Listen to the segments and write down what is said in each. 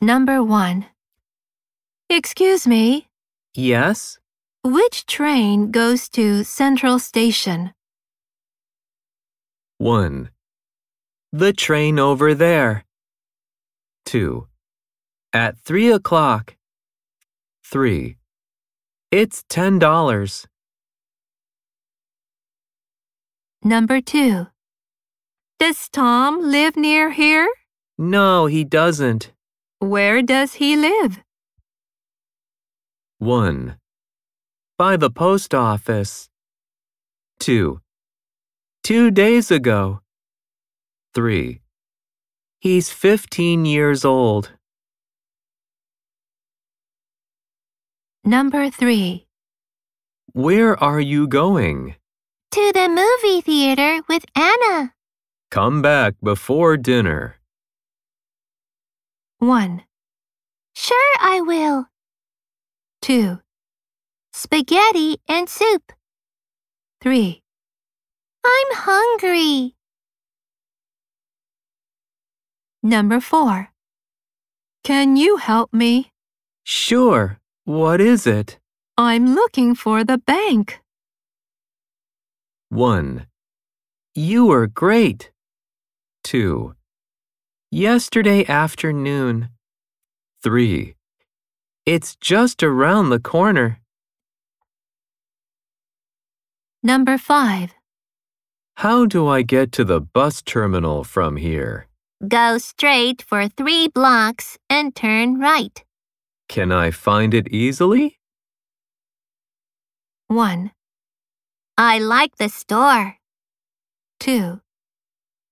Number 1. Excuse me, Yes? which train goes to Central Station? 1. The train over there. 2. At 3 o'clock. 3. It's $10. Number 2. Does Tom live near here? No, he doesn't. Where does he live? 1. By the post office. 2. Two days ago. 3. He's 15 years old. Number 3. Where are you going? To the movie theater with Anna. Come back before dinner. 1. Sure, I will. 2. Spaghetti and soup. 3. I'm hungry. Number 4. Can you help me? Sure. What is it? I'm looking for the bank. 1. You were great. 2. Yesterday afternoon. 3. It's just around the corner. Number 5. How do I get to the bus terminal from here? Go straight for three blocks and turn right. Can I find it easily? 1. I like the store. 2.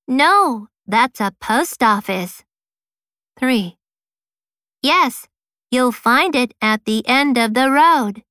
No, that's a post office. 3. Yes, you'll find it at the end of the road.